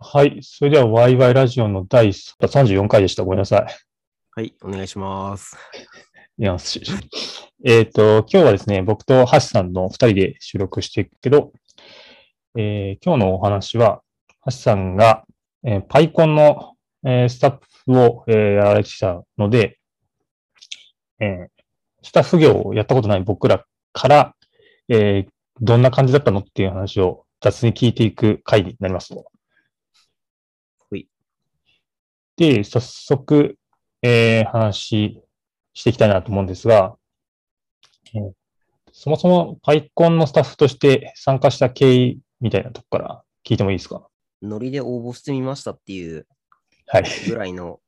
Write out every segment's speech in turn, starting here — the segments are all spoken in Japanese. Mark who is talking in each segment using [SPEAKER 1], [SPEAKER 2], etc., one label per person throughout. [SPEAKER 1] はい。それでは、ワイワイラジオの第34回でした。ごめんなさい。
[SPEAKER 2] はい、お願いします。
[SPEAKER 1] いや、しえっと、今日はですね、僕と橋さんの2人で収録していくけど、えー今日のお話は、橋さんが、えーパイコンの、えースタッフを、えーやられてたので、えースタッフ業をやったことない僕らから、えーどんな感じだったのっていう話を雑に聞いていく回になりますと。
[SPEAKER 2] ほい
[SPEAKER 1] で、早速、えー話していきたいなと思うんですが、えーそもそもパイコンのスタッフとして参加した経緯みたいなとこから聞いてもいいですか
[SPEAKER 2] ノリで応募してみましたっていう
[SPEAKER 1] はい。
[SPEAKER 2] ぐらいの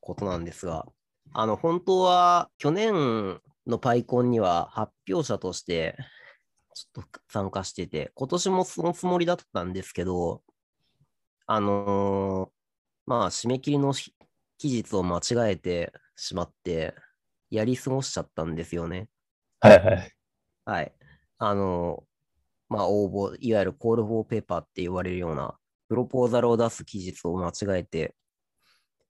[SPEAKER 2] ことなんですが、あの、本当は去年のパイコンには発表者としてちょっと参加してて、今年もそのつもりだったんですけど、あのーまあ、締め切りの日期日を間違えてしまって、やり過ごしちゃったんですよね。
[SPEAKER 1] はいはい。
[SPEAKER 2] はい。あの、まあ、応募、いわゆるコールフォーペーパーって言われるような、プロポーザルを出す期日を間違えて、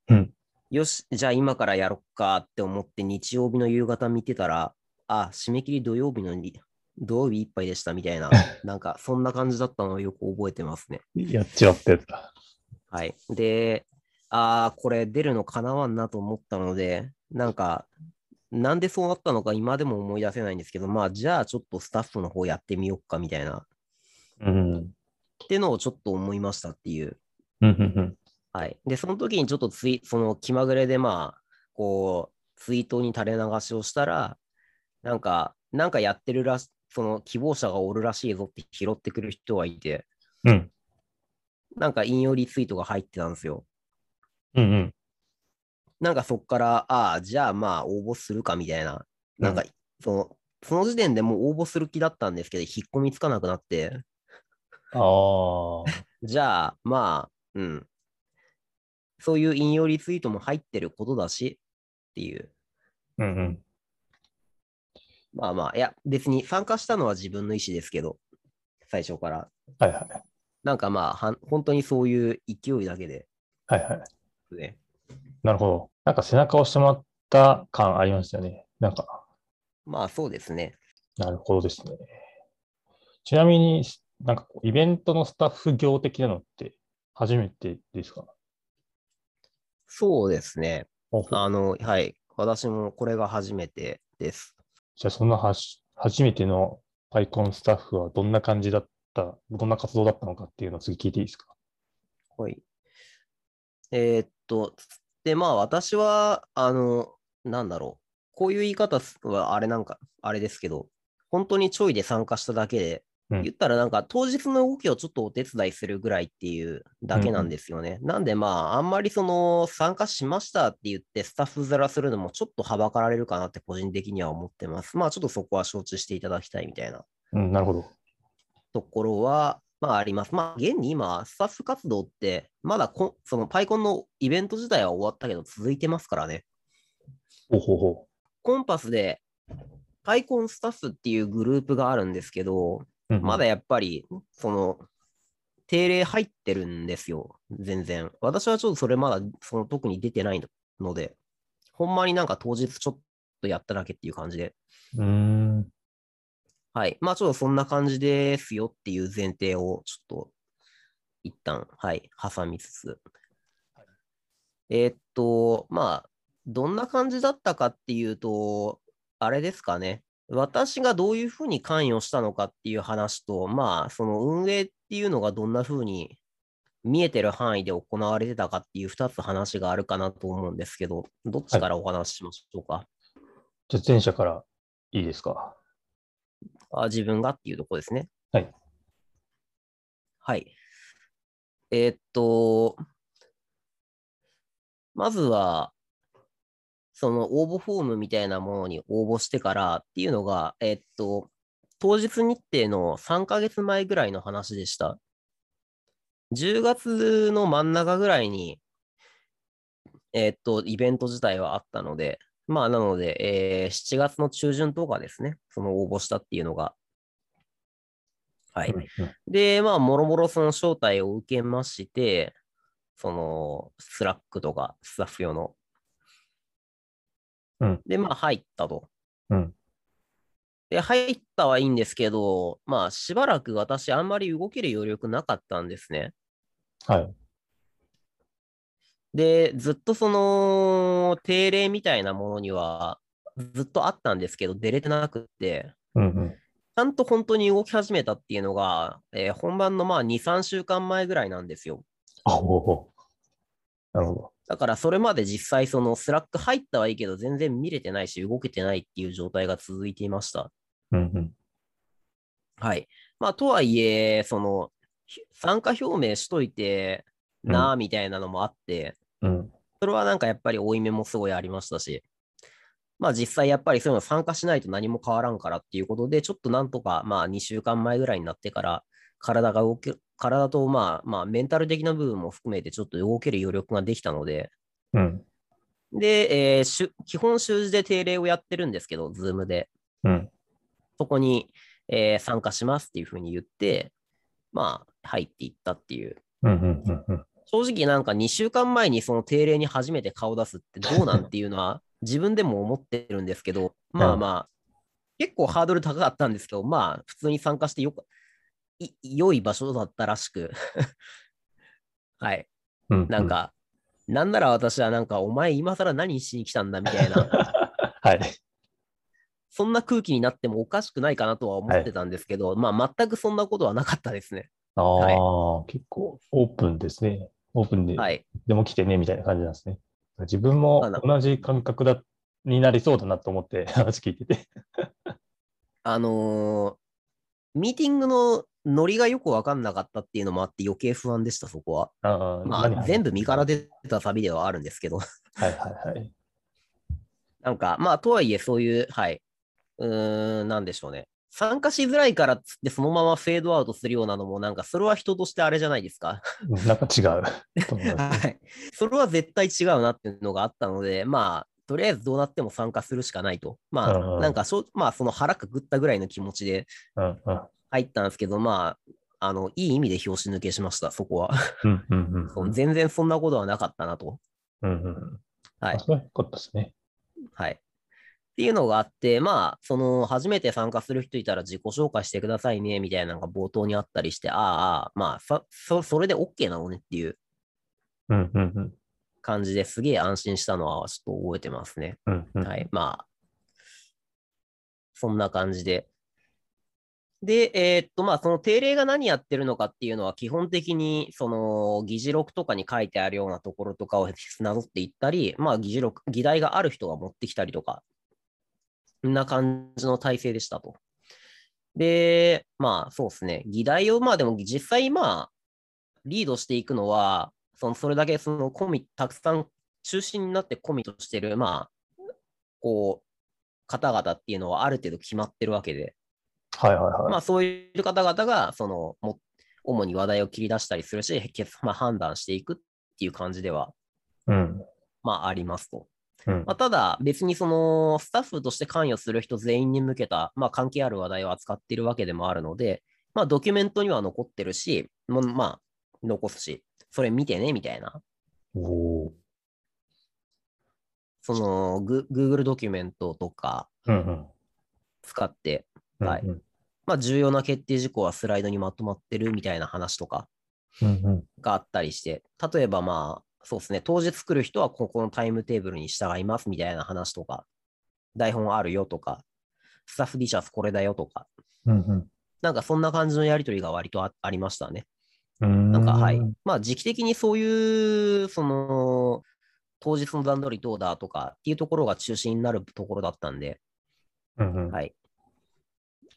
[SPEAKER 1] うん
[SPEAKER 2] よし、じゃあ今からやろっかって思って、日曜日の夕方見てたら、あ、締め切り土曜日のに、土曜日いっぱいでしたみ たいな、なんかそんな感じだったのをよく覚えてますね。
[SPEAKER 1] やっちまったやつだ。
[SPEAKER 2] はい。で、ああ、これ出るのかなわんなと思ったので、なんか、なんでそうなったのか今でも思い出せないんですけど、まあ、じゃあちょっとスタッフの方やってみようかみたいな、っ
[SPEAKER 1] うん。
[SPEAKER 2] てのをちょっと思いましたっていう。
[SPEAKER 1] うんうん
[SPEAKER 2] はい。で、その時にちょっとツイ、その気まぐれでまあ、こう、ツイートに垂れ流しをしたら、なんか、なんかやってるらし、その希望者がおるらしいぞって拾ってくる人がいて、
[SPEAKER 1] うん。うん。
[SPEAKER 2] なんか引用リツイートが入ってたんですよ。
[SPEAKER 1] うんうん。
[SPEAKER 2] なんかそっから、ああ、じゃあまあ応募するかみたいな、
[SPEAKER 1] うん
[SPEAKER 2] なんかその、その時点でもう応募する気だったんですけど、引っ込みつかなくなって、
[SPEAKER 1] ああ。
[SPEAKER 2] じゃあまあ、うん。そういう引用リツイートも入ってることだしっていう。
[SPEAKER 1] うんうん。
[SPEAKER 2] まあまあ、いや、別に参加したのは自分の意思ですけど、最初から。
[SPEAKER 1] はいはい。
[SPEAKER 2] なんかまあ、はん本当にそういう勢いだけで、
[SPEAKER 1] はいはい。
[SPEAKER 2] ね。
[SPEAKER 1] なるほど。なんか背中を押してもらった感ありましたよね。なんか、
[SPEAKER 2] まあそうですね。
[SPEAKER 1] なるほどですね。ちなみになんかこうイベントのスタッフ業的なのって初めてですか
[SPEAKER 2] そうですね。
[SPEAKER 1] お
[SPEAKER 2] あの、はい。私もこれが初めてです。
[SPEAKER 1] じゃあそのはし初めてのパイコンスタッフはどんな感じだった、どんな活動だったのかっていうのを次聞いていいですか
[SPEAKER 2] はい。えーっと、で、まあ私は、あの、なんだろう。こういう言い方すはあれなんか、あれですけど、本当にちょいで参加しただけで、
[SPEAKER 1] うん
[SPEAKER 2] 言ったらなんか当日の動きをちょっとお手伝いするぐらいっていうだけなんですよね。なんでまああんまりその参加しましたって言ってスタッフざらするのもちょっとはばかられるかなって個人的には思ってます。まあちょっとそこは承知していただきたいみたいな。
[SPEAKER 1] うん、なるほど。
[SPEAKER 2] ところは、まああります。まあ現に今、スタッフ活動って、まだこそのパイコンのイベント自体は終わったけど続いてますからね。
[SPEAKER 1] ほうほうほ
[SPEAKER 2] コンパスで、パイコンスタッフっていうグループがあるんですけ
[SPEAKER 1] う。う
[SPEAKER 2] ど、
[SPEAKER 1] ん
[SPEAKER 2] まだやっぱり、その、定例入ってるんですよ、全然。私はちょっとそれまだ、その特に出てないので、ほんまになんか当日ちょっとやっただけっていう感じで、
[SPEAKER 1] うーん。
[SPEAKER 2] はい。まあちょっとそんな感じですよっていう前提をちょっと一旦、はい、挟みつつ。えーっと、まあ、どんな感じだったかっていうと、あれですかね。私がどういうふうに関与したのかっていう話と、まあ、その運営っていうのがどんなふうに見えてる範囲で行われてたかっていう2つ話があるかなと思うんですけど、どっちからお話ししましょうか。
[SPEAKER 1] じゃあ前者からいいですか
[SPEAKER 2] あ自分がっていうとこですね。
[SPEAKER 1] はい。
[SPEAKER 2] はい。えーっと、まずは、その応募フォームみたいなものに応募してからっていうのが、えーっと、当日日程の3ヶ月前ぐらいの話でした。10月の真ん中ぐらいに、えーっと、イベント自体はあったので、まあ、なので、えー7月の中旬とかですね、その応募したっていうのが。は。
[SPEAKER 1] はい
[SPEAKER 2] で、まあ、もろもろその招待を受けまして、その、スラックとか、スタッフ用の。
[SPEAKER 1] うん
[SPEAKER 2] で、まあ、入ったと。
[SPEAKER 1] うん
[SPEAKER 2] で、入ったはいいんですけど、まあ、しばらく私、あんまり動ける余力なかったんですね。
[SPEAKER 1] はい。
[SPEAKER 2] で、ずっとその、定例みたいなものには、ずっとあったんですけど、出れてなくって、
[SPEAKER 1] うんうん。
[SPEAKER 2] ちゃんと本当に動き始めたっていうのが、えー本番のまあ2、3週間前ぐらいなんですよ。
[SPEAKER 1] あ、ほうほう。なるほど。
[SPEAKER 2] だからそれまで実際そのスラック入ったはいいけど全然見れてないし動けてないっていう状態が続いていました。
[SPEAKER 1] うんうん。
[SPEAKER 2] はい。まあとはいえ、そのひ参加表明しといてなあみたいなのもあって、
[SPEAKER 1] うん。
[SPEAKER 2] それはなんかやっぱり負い目もすごいありましたし、まあ実際やっぱりそういうの参加しないと何も変わらんからっていうことで、ちょっとなんとかまあ2週間前ぐらいになってから、体が動け、体とまあまあメンタル的な部分も含めてちょっと動ける余力ができたので、
[SPEAKER 1] うん。
[SPEAKER 2] で、えーしゅ基本習字で定例をやってるんですけど、ズームで。
[SPEAKER 1] うん。
[SPEAKER 2] そこに、えー参加しますっていうふうに言って、まあ入っていったっていう。
[SPEAKER 1] うんうんうんうん。
[SPEAKER 2] 正直なんか2週間前にその定例に初めて顔出すってどうなんていうの は自分でも思ってるんですけど、まあまあ、結構ハードル高かったんですけど、まあ普通に参加してよか、い良い場所だったらしく、 はい、
[SPEAKER 1] うん。
[SPEAKER 2] なん。か、なんなら私はなんか、お前今更何しに来たんだみたいな、
[SPEAKER 1] はい。
[SPEAKER 2] そんな空気になってもおかしくないかなとは思ってたんですけど、まあ全くそんなことはなかったですね。
[SPEAKER 1] ああ、結構オープンですね。オープンで、
[SPEAKER 2] はい。
[SPEAKER 1] でも来てね、みたいな感じなんですね。自分も
[SPEAKER 2] あな
[SPEAKER 1] 同じ感覚だ、になりそうだなと思って 話聞いてて。
[SPEAKER 2] あのーミーティングのノリがよく分かんなかったっていうのもあって余計不安でした、そこは。
[SPEAKER 1] あー
[SPEAKER 2] ま
[SPEAKER 1] 何話
[SPEAKER 2] あ、全部身から
[SPEAKER 1] で。
[SPEAKER 2] 出たサビではあるんですけど、
[SPEAKER 1] はいはいはい。
[SPEAKER 2] なんか、まあ、とはいえ、そういう、はい、うーん、なんでしょうね。参加しづらいからっつって、そのままフェードアウトするようなのも、なんか、それは人としてあれじゃないですか。
[SPEAKER 1] うんなんか違うと思い ます。
[SPEAKER 2] はい。それは絶対違うなっていうのがあったので、まあ、とりあえずどうなっても参加するしかないと。ま
[SPEAKER 1] うんう
[SPEAKER 2] あ、
[SPEAKER 1] ん
[SPEAKER 2] なんかしょ、まあ、その腹くぐったぐらいの気持ちで
[SPEAKER 1] うんうん
[SPEAKER 2] 入ったんですけど、まあ、あの、いい意味で拍子抜けしました、そこ は。
[SPEAKER 1] うんうんうん
[SPEAKER 2] そう全然そんなことはなかったなと。
[SPEAKER 1] うんうん。
[SPEAKER 2] はい
[SPEAKER 1] あそれはよかったですね。
[SPEAKER 2] はい。っていうのがあって、まあ、その、初めて参加する人いたら自己紹介してくださいね、みたいなのが冒頭にあったりして、ああああ、まあ、そ、そそれで OK なのねっていう
[SPEAKER 1] うんうんうん
[SPEAKER 2] 感じですげえ安心したのは、ちょっと覚えてますね。
[SPEAKER 1] うんうん。
[SPEAKER 2] はい、まあ、そんな感じで。で、えーっと、まあ、その定例が何やってるのかっていうのは、基本的に、その、議事録とかに書いてあるようなところとかをなぞっていったり、まあ、議事録、議題がある人が持ってきたりとか、そんな感じの体制でしたと。で、まあ、そうですね。議題を、まあ、でも実際、まあ、リードしていくのは、その、それだけ、その、コミ、たくさん中心になってコミットしてる、まあ、こう、方々っていうのはある程度決まってるわけで、
[SPEAKER 1] はいはいはい。
[SPEAKER 2] まあそういう方々が、その、も主に話題を切り出したりするし、決まあ、判断していくっていう感じでは、
[SPEAKER 1] うん
[SPEAKER 2] まあありますと。
[SPEAKER 1] うん
[SPEAKER 2] まあ、ただ、別にその、スタッフとして関与する人全員に向けた、まあ関係ある話題を扱っているわけでもあるので、まあドキュメントには残ってるし、もうまあ、残すし、それ見てね、みたいな。
[SPEAKER 1] おー
[SPEAKER 2] その、グ Google ドキュメントとか
[SPEAKER 1] うんうん
[SPEAKER 2] 使って、
[SPEAKER 1] うん
[SPEAKER 2] はい
[SPEAKER 1] うん
[SPEAKER 2] まあ、重要な決定事項はスライドにまとまってるみたいな話とか
[SPEAKER 1] うんうん
[SPEAKER 2] があったりして、例えばまあ、そうですね、当日来る人はここのタイムテーブルに従いますみたいな話とか、台本あるよとか、スタッフ D シャツこれだよとか、
[SPEAKER 1] うん
[SPEAKER 2] なんかそんな感じのやりとりが割とあありましたね。
[SPEAKER 1] うん。
[SPEAKER 2] なんかはい
[SPEAKER 1] うん。
[SPEAKER 2] まあ時期的にそういう、その、当日の段取りどうだとかっていうところが中心になるところだったんで、
[SPEAKER 1] うん。
[SPEAKER 2] はい。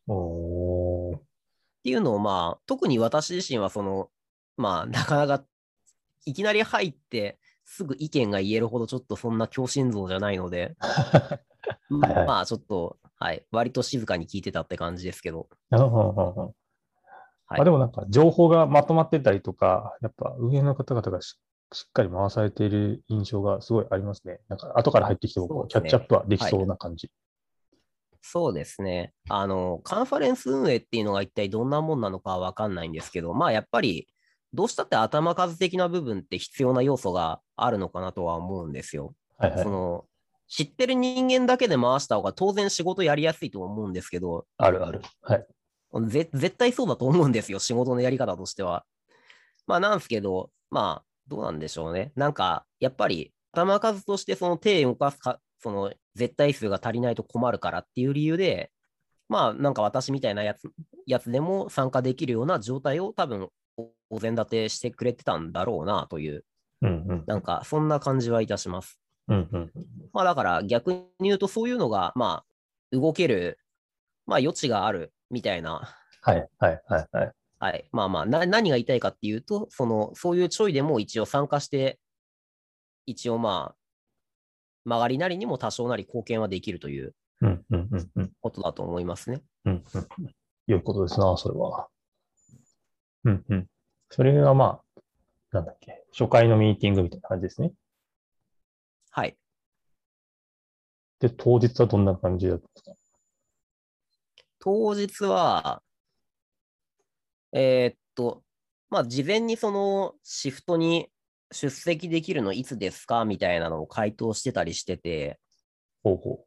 [SPEAKER 1] おー
[SPEAKER 2] っていうのをまあ、特に私自身はその、まあ、なかなか、いきなり入って、すぐ意見が言えるほどちょっとそんな強心臓じゃないので、
[SPEAKER 1] はいはい
[SPEAKER 2] まあちょっと、はい、割と静かに聞いてたって感じですけど、
[SPEAKER 1] なるほどなるほど。
[SPEAKER 2] はい
[SPEAKER 1] まあでもなんか情報がまとまってたりとか、やっぱ運営の方々がししっかり回されている印象がすごいありますね。なんか後から入ってきても
[SPEAKER 2] そう
[SPEAKER 1] キャ
[SPEAKER 2] です
[SPEAKER 1] ッ
[SPEAKER 2] ね
[SPEAKER 1] チアップはできそうな感じ。
[SPEAKER 2] そうですね。あの、カンファレンス運営っていうのが一体どんなもんなのかはわかんないんですけど、まあやっぱり、どうしたって頭数的な部分って必要な要素があるのかなとは思うんですよ。
[SPEAKER 1] はいはい
[SPEAKER 2] そ。の知ってる人間だけで回した方が当然仕事やりやすいと思うんですけど、
[SPEAKER 1] あるある。はい。
[SPEAKER 2] ぜ絶対そうだと思うんですよ、 仕事のやり方としては。まあなんですけど、まあどうなんでしょうね。なんかやっぱり頭数としてその手を動かすか、その絶対数が足りないと困るからっていう理由で、まあなんか私みたいなやつやつでも参加できるような状態を多分お膳立てしてくれてたんだろうなという、
[SPEAKER 1] うんうん。
[SPEAKER 2] なんかそんな感じはいたします。
[SPEAKER 1] うんうん。
[SPEAKER 2] まあだから逆に言うとそういうのが、まあ動ける、まあ余地があるみたいな、
[SPEAKER 1] はいはいはいはい。
[SPEAKER 2] はい、まあまあな何が言いたいかっていうと、そのそういうちょいでも一応参加して、一応まあ曲がりなりにも多少なり貢献はできるという
[SPEAKER 1] うんうんうんうん。
[SPEAKER 2] ことだと思いますね。
[SPEAKER 1] うんうん。良いことですな、それは。うんうん。それがまあ、なんだっけ、初回のミーティングみたいな感じですね。
[SPEAKER 2] はい。
[SPEAKER 1] で、当日はどんな感じだったんですか
[SPEAKER 2] 当日は、えーっと、まあ事前にそのシフトに出席できるのいつですかみたいなのを回答してたりしてて、
[SPEAKER 1] 方法。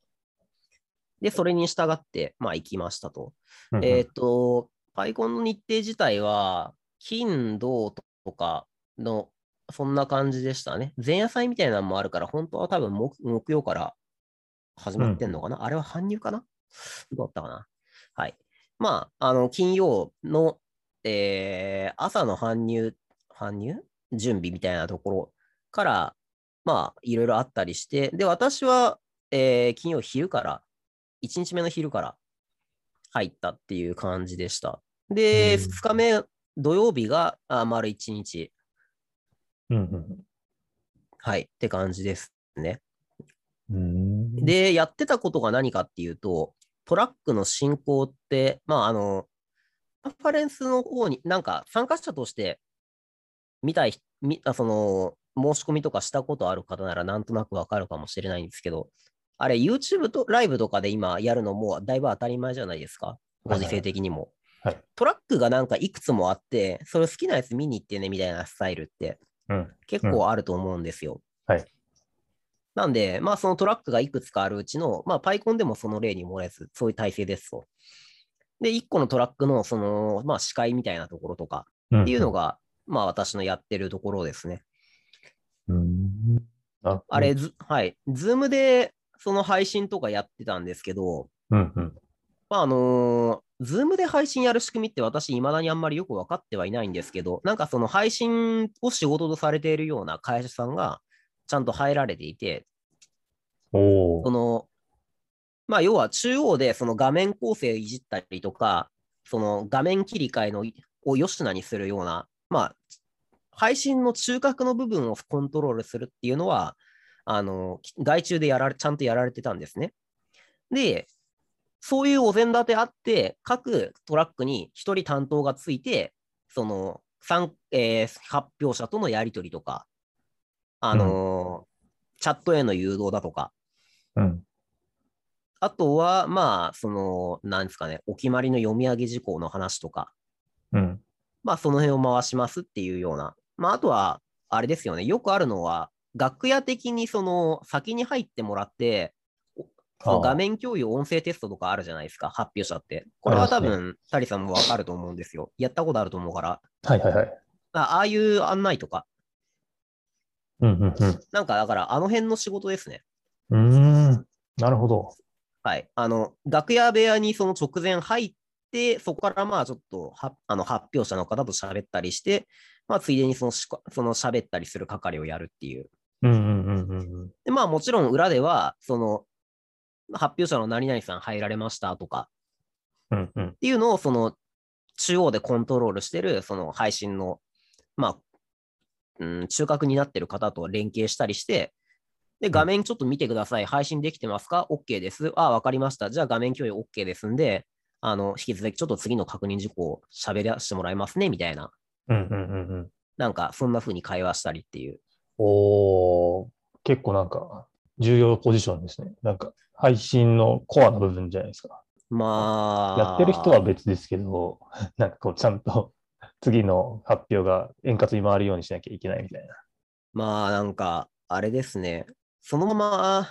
[SPEAKER 2] で、それに従って、まあ、行きましたと。
[SPEAKER 1] うんうん
[SPEAKER 2] えっ、と、パイコンの日程自体は、金、銅とかの、そんな感じでしたね。前夜祭みたいなのもあるから、本当は多分木木曜から始まってんのかな、あれは搬入かなどうだったかなはい。まあ、あの、金曜の、えー朝の搬入、搬入準備みたいなところから、まあ、いろいろあったりして、で、私は、えー金曜昼から、1日目の昼から入ったっていう感じでした。で、
[SPEAKER 1] うん
[SPEAKER 2] 2日目、土曜日が、あ丸1日、
[SPEAKER 1] うん
[SPEAKER 2] はい、って感じですね。
[SPEAKER 1] うん。うーん、
[SPEAKER 2] で、やってたことが何かっていうと、トラックの進行って、まあ、あの、カンファレンスの方に、なんか参加者として見たい人、みあその、申し込みとかしたことある方ならなんとなくわかるかもしれないんですけど、あれ、YouTube とライブとかで今やるのもだいぶ当たり前じゃないですか、ご時世的にも。
[SPEAKER 1] はい
[SPEAKER 2] トラックがなんかいくつもあって、それ好きなやつ見に行ってねみたいなスタイルって
[SPEAKER 1] うん
[SPEAKER 2] 結構あると思うんですよ。
[SPEAKER 1] はい
[SPEAKER 2] なんで、まあそのトラックがいくつかあるうちの、まあパイコンでもその例に漏れず、そういう体制ですと。で、1個のトラックのその、まあ視界みたいなところとか
[SPEAKER 1] っ
[SPEAKER 2] っていうのが、まあ私のやってるところですね。
[SPEAKER 1] うん。あ
[SPEAKER 2] あれ、、ずはい、ズームでその配信とかやってたんですけど、
[SPEAKER 1] うんうん。
[SPEAKER 2] まああのー、ズームで配信やる仕組みって私、未だにあんまりよく分かってはいないんですけど、なんかその配信を仕事とされているような会社さんがちゃんと入られていて、
[SPEAKER 1] お
[SPEAKER 2] そ
[SPEAKER 1] ー
[SPEAKER 2] の、まあ、要は中央でその画面構成いじったりとか、その画面切り替えのをよしなにするような、まあ、配信の中核の部分をコントロールするっていうのは、あの、外注でやられ、ちゃんとやられてたんですね。で、そういうお膳立てあって、各トラックに1人担当がついて、その、参えー発表者とのやり取りとか、あのチャットへの誘導だとか、
[SPEAKER 1] うん。
[SPEAKER 2] あとは、まあ、その、なんですかね、お決まりの読み上げ事項の話とか、
[SPEAKER 1] うん。
[SPEAKER 2] まあ、その辺を回しますっていうような。まあ、あとは、あれですよね、よくあるのは、楽屋的にその、先に入ってもらって、その画面共有音声テストとかあるじゃないですか、発表者って。これは多
[SPEAKER 1] あ
[SPEAKER 2] 分、タリさんもわかると思うんですよ。やったことあると思うから。
[SPEAKER 1] あーはいはいはい。
[SPEAKER 2] あああいう案内とか、
[SPEAKER 1] うんうんうん。
[SPEAKER 2] なんかだから、あの辺の仕事ですね。
[SPEAKER 1] うーん、なるほど。
[SPEAKER 2] はい、あの楽屋部屋にその直前入って、そこからまあちょっとはあの発表者の方と喋ったりして、まあ、ついでにそのしこその喋ったりする係をやるっていう。
[SPEAKER 1] うんうんうんうんうん。
[SPEAKER 2] でまあ、もちろん裏ではその発表者の何々さん入られましたとか
[SPEAKER 1] うんうん
[SPEAKER 2] っていうのをその中央でコントロールしてるその配信の、まあうん、中核になってる方と連携したりして、で画面ちょっと見てください、配信できてますか ?OK です。ああ、わかりました。じゃあ画面共有 OK ですんで、あの引き続きちょっと次の確認事項を喋らせてもらいますねみたいな、
[SPEAKER 1] うんうんうんうん。
[SPEAKER 2] なんかそんな風に会話したりっていう。
[SPEAKER 1] おー結構なんか、重要ポジションですね。なんか、配信のコアな部分じゃないですか。
[SPEAKER 2] まあ、
[SPEAKER 1] やってる人は別ですけど、なんかこう、ちゃんと 次の発表が円滑に回るようにしなきゃいけないみたいな。
[SPEAKER 2] まあなんか、あれですね。そのまま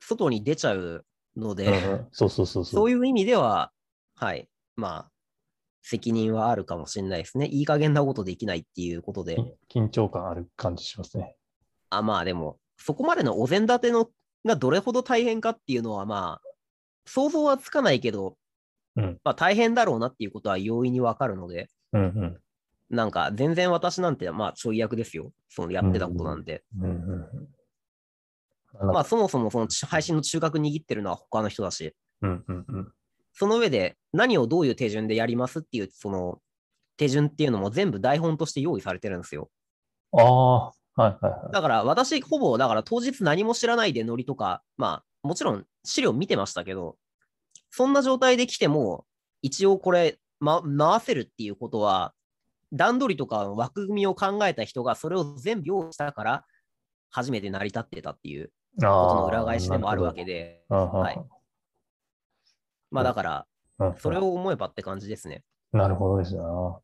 [SPEAKER 2] 外に出ちゃうので、
[SPEAKER 1] うんうんそうそうそうそう。
[SPEAKER 2] そういう意味では、はい、まあ、責任はあるかもしれないですね。いい加減なことできないっていうことで、
[SPEAKER 1] 緊張感ある感じしますね。
[SPEAKER 2] あまあでも、そこまでのお膳立てのがどれほど大変かっていうのは、まあ、想像はつかないけど、
[SPEAKER 1] うん
[SPEAKER 2] まあ大変だろうなっていうことは容易にわかるので、
[SPEAKER 1] うん
[SPEAKER 2] なんか全然私なんて、まあちょい役ですよ。そのやってたことなんで。
[SPEAKER 1] うん。うんうん
[SPEAKER 2] まあそもそもその配信の中核握ってるのは他の人だし、
[SPEAKER 1] うんうんうん
[SPEAKER 2] その上で何をどういう手順でやりますっていう、その手順っていうのも全部台本として用意されてるんですよ。
[SPEAKER 1] ああ、はいはいは
[SPEAKER 2] だから私、ほぼ、だから当日何も知らないでノリとか、まあ、もちろん資料見てましたけど、そんな状態で来ても、一応これ、ま、回せるっていうことは、段取りとか枠組みを考えた人がそれを全部用意したから、初めて成り立ってたっていう
[SPEAKER 1] い。
[SPEAKER 2] こ
[SPEAKER 1] あ
[SPEAKER 2] と
[SPEAKER 1] あ
[SPEAKER 2] の裏返しでもあるわけ
[SPEAKER 1] で。
[SPEAKER 2] で、
[SPEAKER 1] なるほど
[SPEAKER 2] はいまあだから、
[SPEAKER 1] うんうん
[SPEAKER 2] それを思えばって感じですね。
[SPEAKER 1] なるほどですな。
[SPEAKER 2] は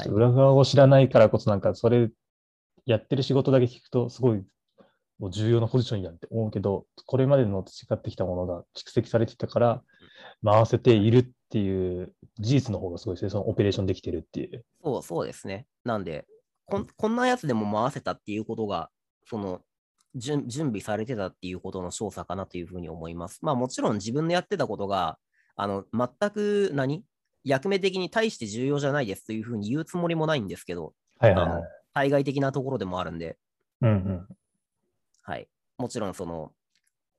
[SPEAKER 1] ちょっと裏側を知らないからこそ、なんかそれ、やってる仕事だけ聞くと、すごいもう重要なポジションやんって思うけど、これまでの培ってきたものが蓄積されてたから、回せているっていう事実の方がすごいですね、そのオペレーションできてるっていう。
[SPEAKER 2] そうそうですね。なんで、こんこんなやつでも回せたっていうことが、その準準備されてたっていうことの証査かなというふうに思います。まあもちろん自分のやってたことが、あの全く何役目的に対して重要じゃないですというふうに言うつもりもないんですけど、
[SPEAKER 1] はいはい
[SPEAKER 2] あ
[SPEAKER 1] は
[SPEAKER 2] の
[SPEAKER 1] い。
[SPEAKER 2] 対外的なところでもあるんで、
[SPEAKER 1] うんうん。
[SPEAKER 2] はい、もちろんその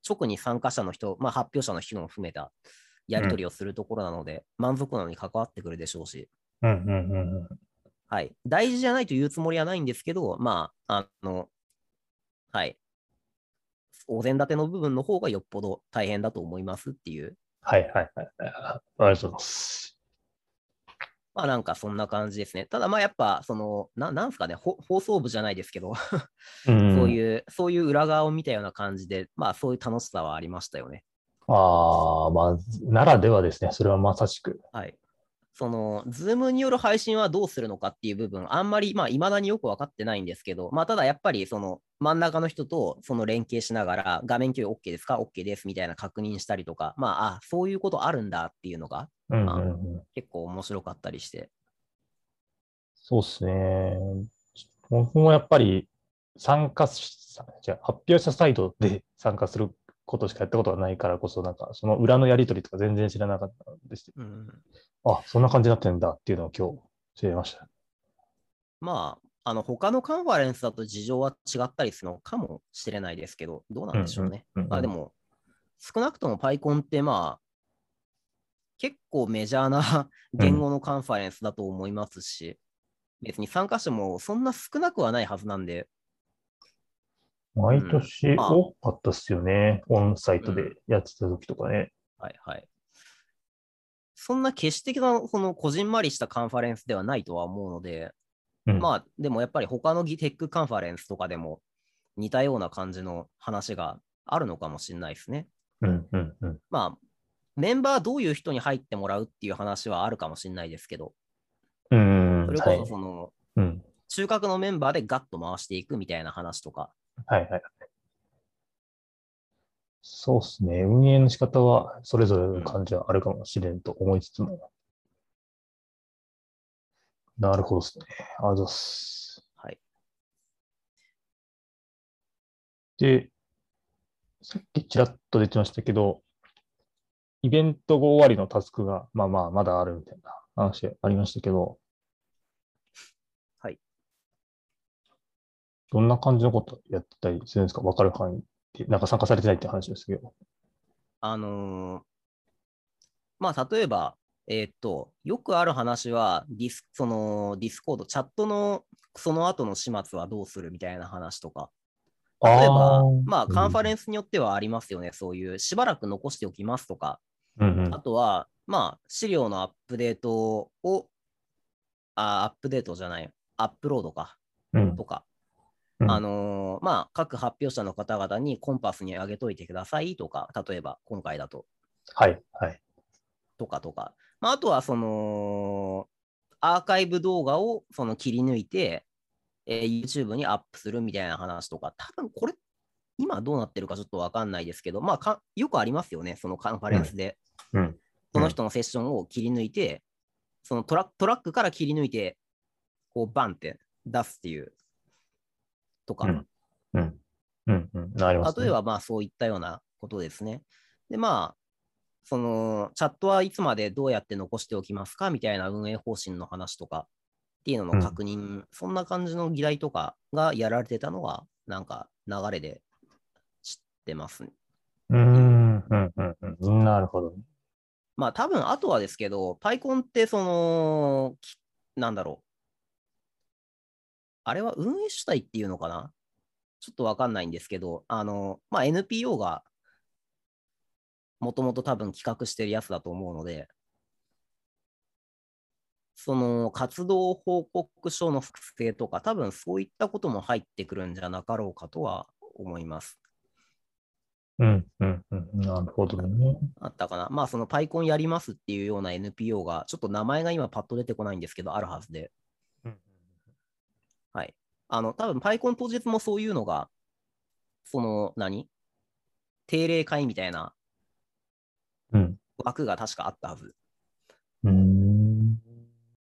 [SPEAKER 2] 直に参加者の人、まあ、発表者の人も含めたやり取りをするところなので、満足度に関わってくるでしょうし、
[SPEAKER 1] うんうんうんうん。
[SPEAKER 2] はい、大事じゃないと言うつもりはないんですけど、まあ、あの、はい。お膳立ての部分の方がよっぽど大変だと思いますっていう、
[SPEAKER 1] はいはいはいはい。ありがとうございます。
[SPEAKER 2] まあなんかそんな感じですね。ただまあやっぱ、その、ななんすかね、ほ放送部じゃないですけど、
[SPEAKER 1] そう
[SPEAKER 2] そう
[SPEAKER 1] う
[SPEAKER 2] いう、そういう裏側を見たような感じで、まあそういう楽しさはありましたよね。
[SPEAKER 1] ん。ああ、まあ、ならではですね、それはまさしく。
[SPEAKER 2] はい。その、ズームによる配信はどうするのかっていう部分、あんまり、まあ、未だによく分かってないんですけど、まあ、ただやっぱり、その、真ん中の人と、その連携しながら、画面共有 OK ですか ?OK ですみたいな確認したりとか、まあ、あ、そういうことあるんだっていうのが、
[SPEAKER 1] うんうん
[SPEAKER 2] あ
[SPEAKER 1] うん。
[SPEAKER 2] 結構面白かったりして。
[SPEAKER 1] そうですね。僕もやっぱり参加し、じゃあ発表者サイドで参加することしかやったことがないからこそ、なんかその裏のやりとりとか全然知らなかったんですよ。
[SPEAKER 2] うん。
[SPEAKER 1] あ、そんな感じになってんだっていうのを今日知りました。
[SPEAKER 2] まあ、あの、他のカンファレンスだと事情は違ったりするのかもしれないですけど、どうなんでしょうね。
[SPEAKER 1] うんうん
[SPEAKER 2] まあでも、少なくとも PyCon ってまあ、結構メジャーな言語のカンファレンスだと思いますし、別に参加者もそんな少なくはないはずなんで、
[SPEAKER 1] 毎年
[SPEAKER 2] まあ
[SPEAKER 1] 多かったっすよね。オンサイト
[SPEAKER 2] う
[SPEAKER 1] でやってた時とかね。
[SPEAKER 2] はいはい。そんな決してなそのこじんまりしたカンファレンスではないとは思うので、
[SPEAKER 1] うん
[SPEAKER 2] まあでもやっぱり他のギテックカンファレンスとかでも似たような感じの話があるのかもしれないですね。
[SPEAKER 1] うんうんうん。
[SPEAKER 2] まあメンバーどういう人に入ってもらうっていう話はあるかもしれないですけど、
[SPEAKER 1] うん
[SPEAKER 2] そ
[SPEAKER 1] うん。
[SPEAKER 2] れ
[SPEAKER 1] は
[SPEAKER 2] こ
[SPEAKER 1] い
[SPEAKER 2] そ。その
[SPEAKER 1] うん。
[SPEAKER 2] 中核のメンバーでガッと回していくみたいな話とか、
[SPEAKER 1] はいはい。そうですね。運営の仕方はそれぞれの感じはあるかもしれんと思いつつも。なるほどですね。ありがとうございます。
[SPEAKER 2] はい。
[SPEAKER 1] で、さっきちらっと出てましたけど、イベント後終わりのタスクが、まあまあ、まだあるみたいな話ありましたけど、
[SPEAKER 2] はい。
[SPEAKER 1] どんな感じのことやってたりするんですかわかる範囲って、なんか参加されてないって話ですけど。
[SPEAKER 2] あのーまあ例えば、えーっと、よくある話はディス、そのディスコード、チャットのその後の始末はどうするみたいな話とか、例えば、まあカンファレ
[SPEAKER 1] ン
[SPEAKER 2] ンスによってはありますよね、そういうしばらく残しておきますとか、
[SPEAKER 1] ス。うんうん
[SPEAKER 2] あとは、まあ、資料のアップデートを、あ、アップデートじゃない、アップロードか、
[SPEAKER 1] うん
[SPEAKER 2] とか、
[SPEAKER 1] うん
[SPEAKER 2] あのーまあ、各発表者の方々にコンパスに上げといてくださいとか、例えば今回だと、
[SPEAKER 1] はい、はい。
[SPEAKER 2] とかとか、まあ、あとはその、アーカイブ動画をその切り抜いて、えー YouTube にアップするみたいな話とか、多分これ、今どうなってるかちょっとわかんないですけど、まあか、よくありますよね、そのカンファレンスで。
[SPEAKER 1] うんうん
[SPEAKER 2] その人のセッションを切り抜いて、そのトラトラックから切り抜いて、こう、バンって出すっていう。とか、
[SPEAKER 1] うんうん。うん。うん。なります、ね。
[SPEAKER 2] 例えばまあそういったようなことですね。でまあそのチャットはいつまでどうやって残しておきますかみたいな運営方針の話とかっていうのの確認、そんな感じの議題とかがやられてたのはなんか流れで知ってますね。
[SPEAKER 1] うーん。うん。うん。うん。なるほど。
[SPEAKER 2] まあ多分あとはですけど、パイコンってその、きなんだろう。あれは運営主体っていうのかなちょっとわかんないんですけど、あの、まあ NPO がもともと多分企画してるやつだと思うので、その活動報告書の作成とか、多分そういったことも入ってくるんじゃなかろうかとは思います。
[SPEAKER 1] うん。うん。うん。なるほどね。
[SPEAKER 2] あったかな。まあ、そのパイコンやりますっていうような NPO が、ちょっと名前が今パッと出てこないんですけど、あるはずで。
[SPEAKER 1] うん
[SPEAKER 2] はい。あの、多分パイコン当日もそういうのが、その何、定例会みたいな
[SPEAKER 1] うん。
[SPEAKER 2] 枠が確かあったはず。
[SPEAKER 1] うーん。
[SPEAKER 2] ま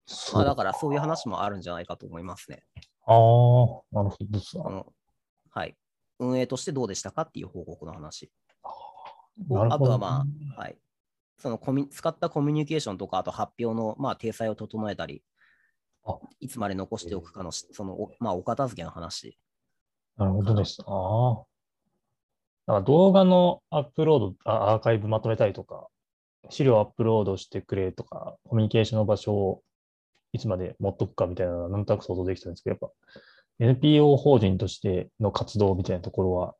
[SPEAKER 1] そ
[SPEAKER 2] あ、
[SPEAKER 1] う。
[SPEAKER 2] だ
[SPEAKER 1] あ
[SPEAKER 2] からそういう話もあるんじゃないかと思いますね。
[SPEAKER 1] あー、なるほどさ
[SPEAKER 2] あ。のはい。運営としてどうでしたかっていう報告の話。
[SPEAKER 1] なる
[SPEAKER 2] あ
[SPEAKER 1] ほ
[SPEAKER 2] と
[SPEAKER 1] ど
[SPEAKER 2] はまあ、はい。そのコミュ使ったコミュニケーションとか、あと発表の、まあ、体裁を整えたり
[SPEAKER 1] あ、
[SPEAKER 2] いつまで残しておくかの、その、おまあ、お片付けの話。
[SPEAKER 1] なるほどです。ああ。だから動画のアップロード、あアーカイブまとめたりとか、資料アップロードしてくれとか、コミュニケーションの場所をいつまで持っとくかみたいなのはなんとなく想像できたんですけど、やっぱ NPO 法人としての活動みたいなところは、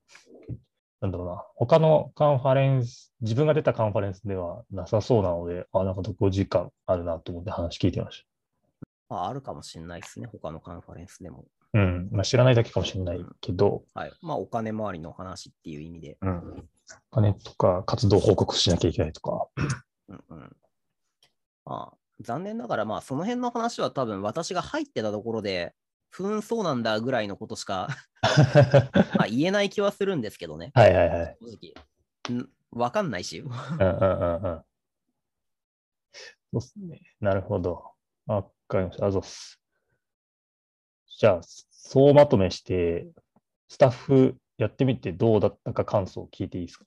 [SPEAKER 1] なんだろうな、他のカンファレンス、自分が出たカンファレンスではなさそうなので、あ、なんか5時間あるなと思って話聞いてまし
[SPEAKER 2] まあ、あるかもしれないですね。他のカンファレンスでも。
[SPEAKER 1] た。うん。まあ、知らないだけかもしれないけど、
[SPEAKER 2] はい。まあ、お金回りの話っていう意味で。
[SPEAKER 1] うん。お金とか活動報告しなきゃいけないとか。
[SPEAKER 2] うんうん。まあ、残念ながら、まあ、その辺の話は多分私が入ってたところで、ふーん、そうなんだぐらいのことしか
[SPEAKER 1] は
[SPEAKER 2] まあ言えない気はするんですけどね。
[SPEAKER 1] いはいはい。
[SPEAKER 2] 正直。んわかんないし。
[SPEAKER 1] うんうんうんうん。そうっすね。なるほど。あわかりました。あ、そうっす。じゃあ、そうまとめして、スタッフやってみてどうだったか感想を聞いていいですか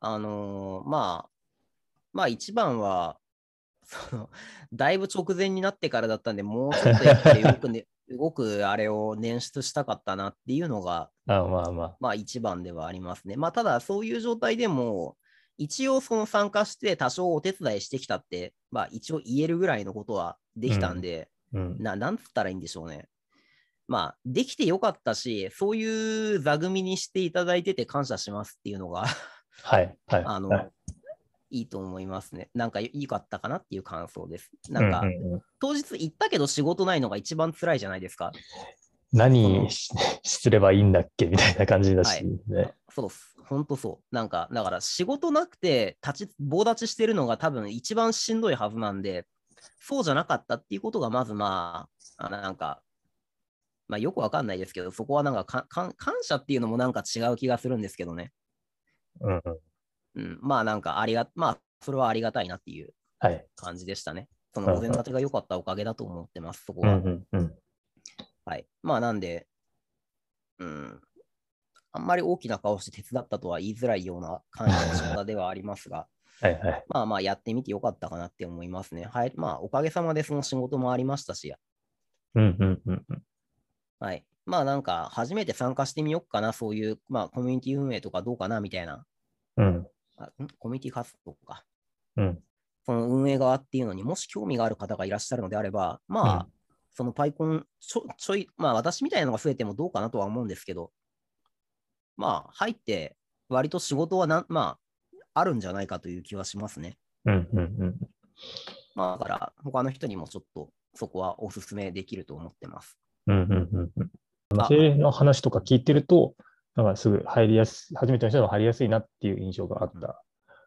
[SPEAKER 2] あのーまあ、まあ一番は、その、だいぶ直前になってからだったんで、もうちょっとやって動く、ね、 動くあれを捻出したかったなっていうのが、
[SPEAKER 1] あまあまあ。
[SPEAKER 2] まあ一番ではありますね。まあただそういう状態でも、一応その参加して多少お手伝いしてきたって、まあ一応言えるぐらいのことはできたんで、
[SPEAKER 1] うん。
[SPEAKER 2] ななんつったらいいんでしょうね。まあ、できてよかったし、そういう座組にしていただいてて感謝しますっていうのが、
[SPEAKER 1] はい。はい。
[SPEAKER 2] あの、
[SPEAKER 1] はい
[SPEAKER 2] いいと思いますね。なんかよ良かったかなっていう感想です。なんか、
[SPEAKER 1] うううん
[SPEAKER 2] 当日行ったけど仕事ないのが一番辛いじゃないですか。
[SPEAKER 1] 何しすればいいんだっけみたいな感じだし、ね。
[SPEAKER 2] そうっす。ほんとそう。なんか、だから仕事なくて立ち、棒立ちしてるのが多分一番しんどいはずなんで、そうじゃなかったっていうことがまずまあ、あなんか、まあよくわかんないですけど、そこはなんかかかん感謝っていうのもなんか違う気がするんですけどね。
[SPEAKER 1] うんうん。
[SPEAKER 2] うん。まあなんかありが、まあそれはありがたいなっていう
[SPEAKER 1] はい。
[SPEAKER 2] 感じでしたね。そ
[SPEAKER 1] うん
[SPEAKER 2] の
[SPEAKER 1] うん
[SPEAKER 2] お膳立てが良かったおかげだと思ってます、そこ
[SPEAKER 1] う
[SPEAKER 2] は。
[SPEAKER 1] んうんうん。
[SPEAKER 2] はい。まあなんで、うん。あんまり大きな顔して手伝ったとは言いづらいような感じの仕方ではありますが、
[SPEAKER 1] はいはい。
[SPEAKER 2] まあまあやってみてよかったかなって思いますね。はい。まあおかげさまでその仕事もありましたし、
[SPEAKER 1] うんうんうんうん。
[SPEAKER 2] はい。まあなんか初めて参加してみようかな、そういう、まあコミュニティ運営とかどうかなみたいな、
[SPEAKER 1] うん。
[SPEAKER 2] あんコミュニティ活動か。
[SPEAKER 1] うん。
[SPEAKER 2] その運営側っていうのにもし興味がある方がいらっしゃるのであれば、まあ、
[SPEAKER 1] うん
[SPEAKER 2] そのパイコンちょ、ちょい、まあ私みたいなのが増えてもどうかなとは思うんですけど、まあ入って、割と仕事はなん、まあ、あるんじゃないかという気はしますね。
[SPEAKER 1] うんうんうん。
[SPEAKER 2] まあだから、他の人にもちょっとそこはお勧めできると思ってます。
[SPEAKER 1] うんうんうんうん。
[SPEAKER 2] ま
[SPEAKER 1] 女
[SPEAKER 2] あ
[SPEAKER 1] 性の話とか聞いてると、なんかすぐ入りやすい、初めての人でも入りやすいなっていう印象があった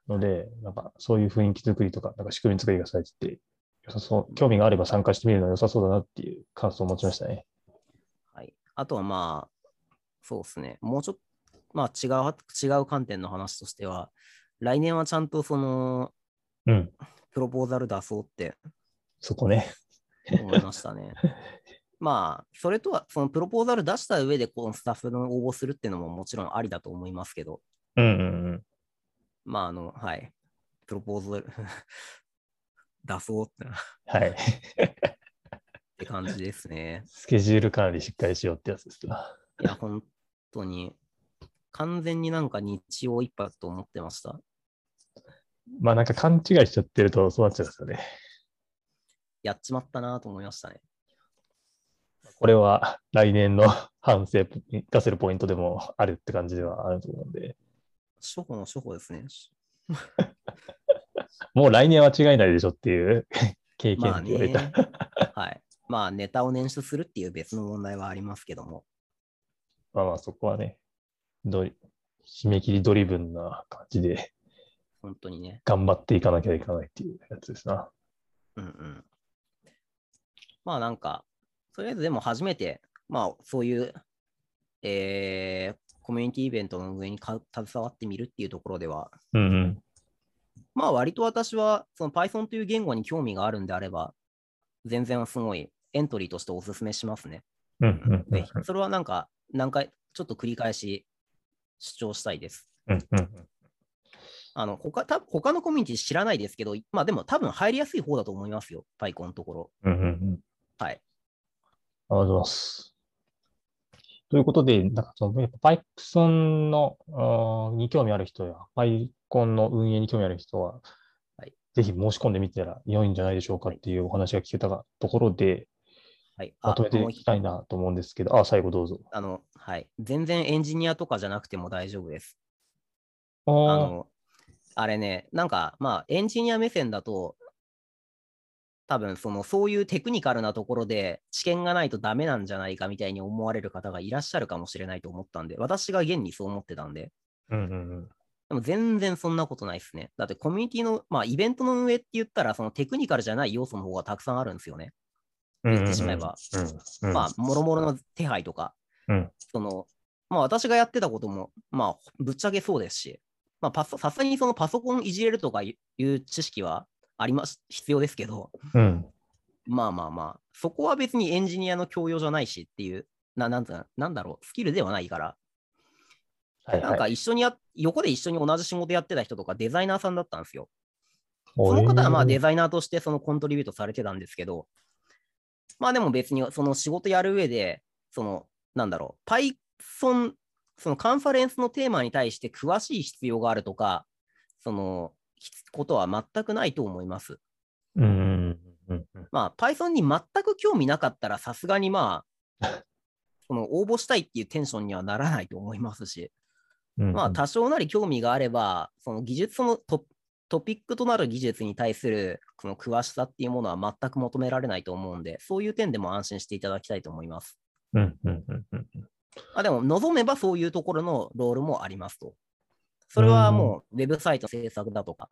[SPEAKER 1] ので、なんかそういう雰囲気作りとか、なんか仕組み作りがされてて、良さそう、興味があれば参加してみるの良さそうだなっていう感想を持ちましたね。
[SPEAKER 2] はい。あとはまあ、そうですね。もうちょっと、まあ違う、違う観点の話としては、来年はちゃんとその、
[SPEAKER 1] うん、
[SPEAKER 2] プロポーザル出そう って
[SPEAKER 1] そこね。
[SPEAKER 2] 思いましたね。まあ、それとは、そのプロポーザル出した上で、このスタッフの応募するっていうのももちろんありだと思いますけど、
[SPEAKER 1] うんうんうん。
[SPEAKER 2] まあ、あの、はい。プロポーズ出そうってなっ
[SPEAKER 1] はい。
[SPEAKER 2] て感じですね。
[SPEAKER 1] スケジュール管理しっかりしようってやつですな。
[SPEAKER 2] いや、本当に、完全になんか日曜一発と思ってました。
[SPEAKER 1] まあなんか勘違いしちゃってるとそうなっちゃうんですよね。
[SPEAKER 2] やっちまったなと思いましたね。
[SPEAKER 1] これは来年の反省に出せるポイントでもあるって感じではあると思うんで、
[SPEAKER 2] 初歩の初歩ですね。
[SPEAKER 1] もう来年は違いないでしょっていう 経験
[SPEAKER 2] まあ
[SPEAKER 1] って言われ
[SPEAKER 2] ね
[SPEAKER 1] た。。
[SPEAKER 2] はい。まあ、ネタを捻出するっていう別の問題はありますけども。
[SPEAKER 1] まあまあそこはね、どう締め切りドリブンな感じで
[SPEAKER 2] 本当にね。
[SPEAKER 1] 頑張っていかなきゃいかないっていうやつですな。
[SPEAKER 2] うんうん。まあなんか、とりあえずでも初めて、まあそういう、えーコミュニティイベントの運営にか携わってみるっていうところでは、
[SPEAKER 1] うんうん。
[SPEAKER 2] まあ割と私は、その Python という言語に興味があるんであれば、全然すごいエントリーとしてお勧めしますね。
[SPEAKER 1] うんうんう
[SPEAKER 2] ぜ
[SPEAKER 1] ん
[SPEAKER 2] ひ。それはなんか、何回、ちょっと繰り返し主張したいです。
[SPEAKER 1] うんうん
[SPEAKER 2] あの他た他のコミュニティ知らないですけど、まあでも多分入りやすい方だと思いますよ、パイコンのところ。
[SPEAKER 1] うんうんうんあ
[SPEAKER 2] はい。
[SPEAKER 1] りがとうございます。ということで、なんかその、やっぱ Python の、あーに興味ある人や、PyCon の運営に興味ある人は、
[SPEAKER 2] はい
[SPEAKER 1] ぜひ申し込んでみたら良いんじゃないでしょうかっていうお話が聞けたがところで、
[SPEAKER 2] はい、
[SPEAKER 1] まとめて
[SPEAKER 2] もう
[SPEAKER 1] いきたいなと思うんですけど、あ、最後どうぞ。
[SPEAKER 2] あの、はい。全然エンジニアとかじゃなくても大丈夫です。
[SPEAKER 1] あ
[SPEAKER 2] あ
[SPEAKER 1] ー
[SPEAKER 2] の、あれね、なんか、まあ、エンジニア目線だと、多分そのそういうテクニカルなところで知見がないとダメなんじゃないかみたいに思われる方がいらっしゃるかもしれないと思ったんで、私が現にそう思ってたんで、
[SPEAKER 1] うんうんうん。
[SPEAKER 2] でも全然そんなことないですね。だってコミュニティの、まあイベントの運営って言ったら、そのテクニカルじゃない要素の方がたくさんあるんですよね。言ってしまえば。
[SPEAKER 1] うんうんうん。
[SPEAKER 2] まあ、もろもろの手配とか。
[SPEAKER 1] うん
[SPEAKER 2] その、まあ私がやってたことも、まあぶっちゃけそうですし、まあパソ、さすがにそのパソコンいじれるとかいう知識はあります、必要ですけど、
[SPEAKER 1] うん。
[SPEAKER 2] まあまあまあ、そこは別にエンジニアの教養じゃないしっていう、ななんつうのなんだろう、スキルではないから、
[SPEAKER 1] はい
[SPEAKER 2] なん
[SPEAKER 1] は
[SPEAKER 2] か
[SPEAKER 1] い。
[SPEAKER 2] 一緒にや、横で一緒に同じ仕事やってた人とかデザイナーさんだったんですよ。
[SPEAKER 1] お
[SPEAKER 2] その方はまあ
[SPEAKER 1] えー
[SPEAKER 2] デザイナーとしてそのコントリビュートされてたんですけど、まあでも別にその仕事やる上で、そのなんだろう、Python、そのカンファレンスのテーマに対して詳しい必要があるとか、そのきつことは全くないと思います。
[SPEAKER 1] うんうんうんうん。
[SPEAKER 2] まあ Python に全く興味なかったらさすがにまあ、その応募したいっていうテンションにはならないと思いますし、
[SPEAKER 1] うん
[SPEAKER 2] まあ、多少なり興味があれば、その技術そのトトピックとなる技術に対するその詳しさっていうものは全く求められないと思うんで、そういう点でも安心していただきたいと思います。
[SPEAKER 1] うんうんうんうん。
[SPEAKER 2] あでも、望めばそういうところのロールもありますと。それはもう、ウェブサイト制作だとか、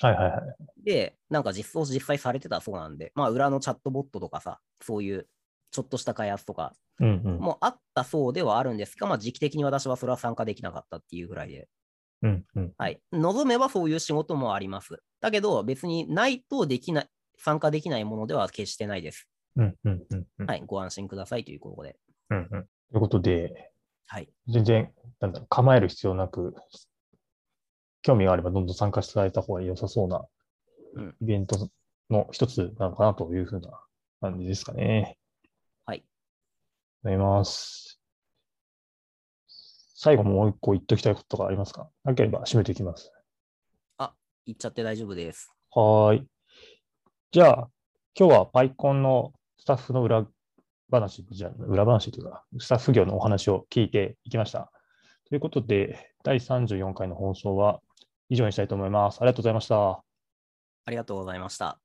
[SPEAKER 1] はいはいはい。
[SPEAKER 2] で、なんか実装実際されてたそうなんで、まあ、裏のチャットボットとかさ、そういうちょっとした開発とか
[SPEAKER 1] うんうん。
[SPEAKER 2] もあったそうではあるんですが、まあ、時期的に私はそれは参加できなかったっていうぐらいで。
[SPEAKER 1] うんうん。
[SPEAKER 2] はい。望めばそういう仕事もあります。だけど、別にないとできない、参加できないものでは決してないです。
[SPEAKER 1] うんうんうんうん。
[SPEAKER 2] はい。ご安心くださいということで。
[SPEAKER 1] うんうんということで、
[SPEAKER 2] はい。
[SPEAKER 1] 全然、なんだろう、構える必要なく、興味があればどんどん参加していただいた方が良さそうな
[SPEAKER 2] うん
[SPEAKER 1] イベントの一つなのかなというふうな感じですかね。
[SPEAKER 2] はい。
[SPEAKER 1] ありがとうございます。最後もう一個言っときたいことがありますかなければ締めていきます。
[SPEAKER 2] 行っちゃって大丈夫です。
[SPEAKER 1] はーい。じゃあ、今日は PyCon のスタッフの裏話、じゃあ裏話というか、スタッフ業のお話を聞いていきました。ということで、第34回の放送は以上にしたいと思います。ありがとうございました。
[SPEAKER 2] ありがとうございました。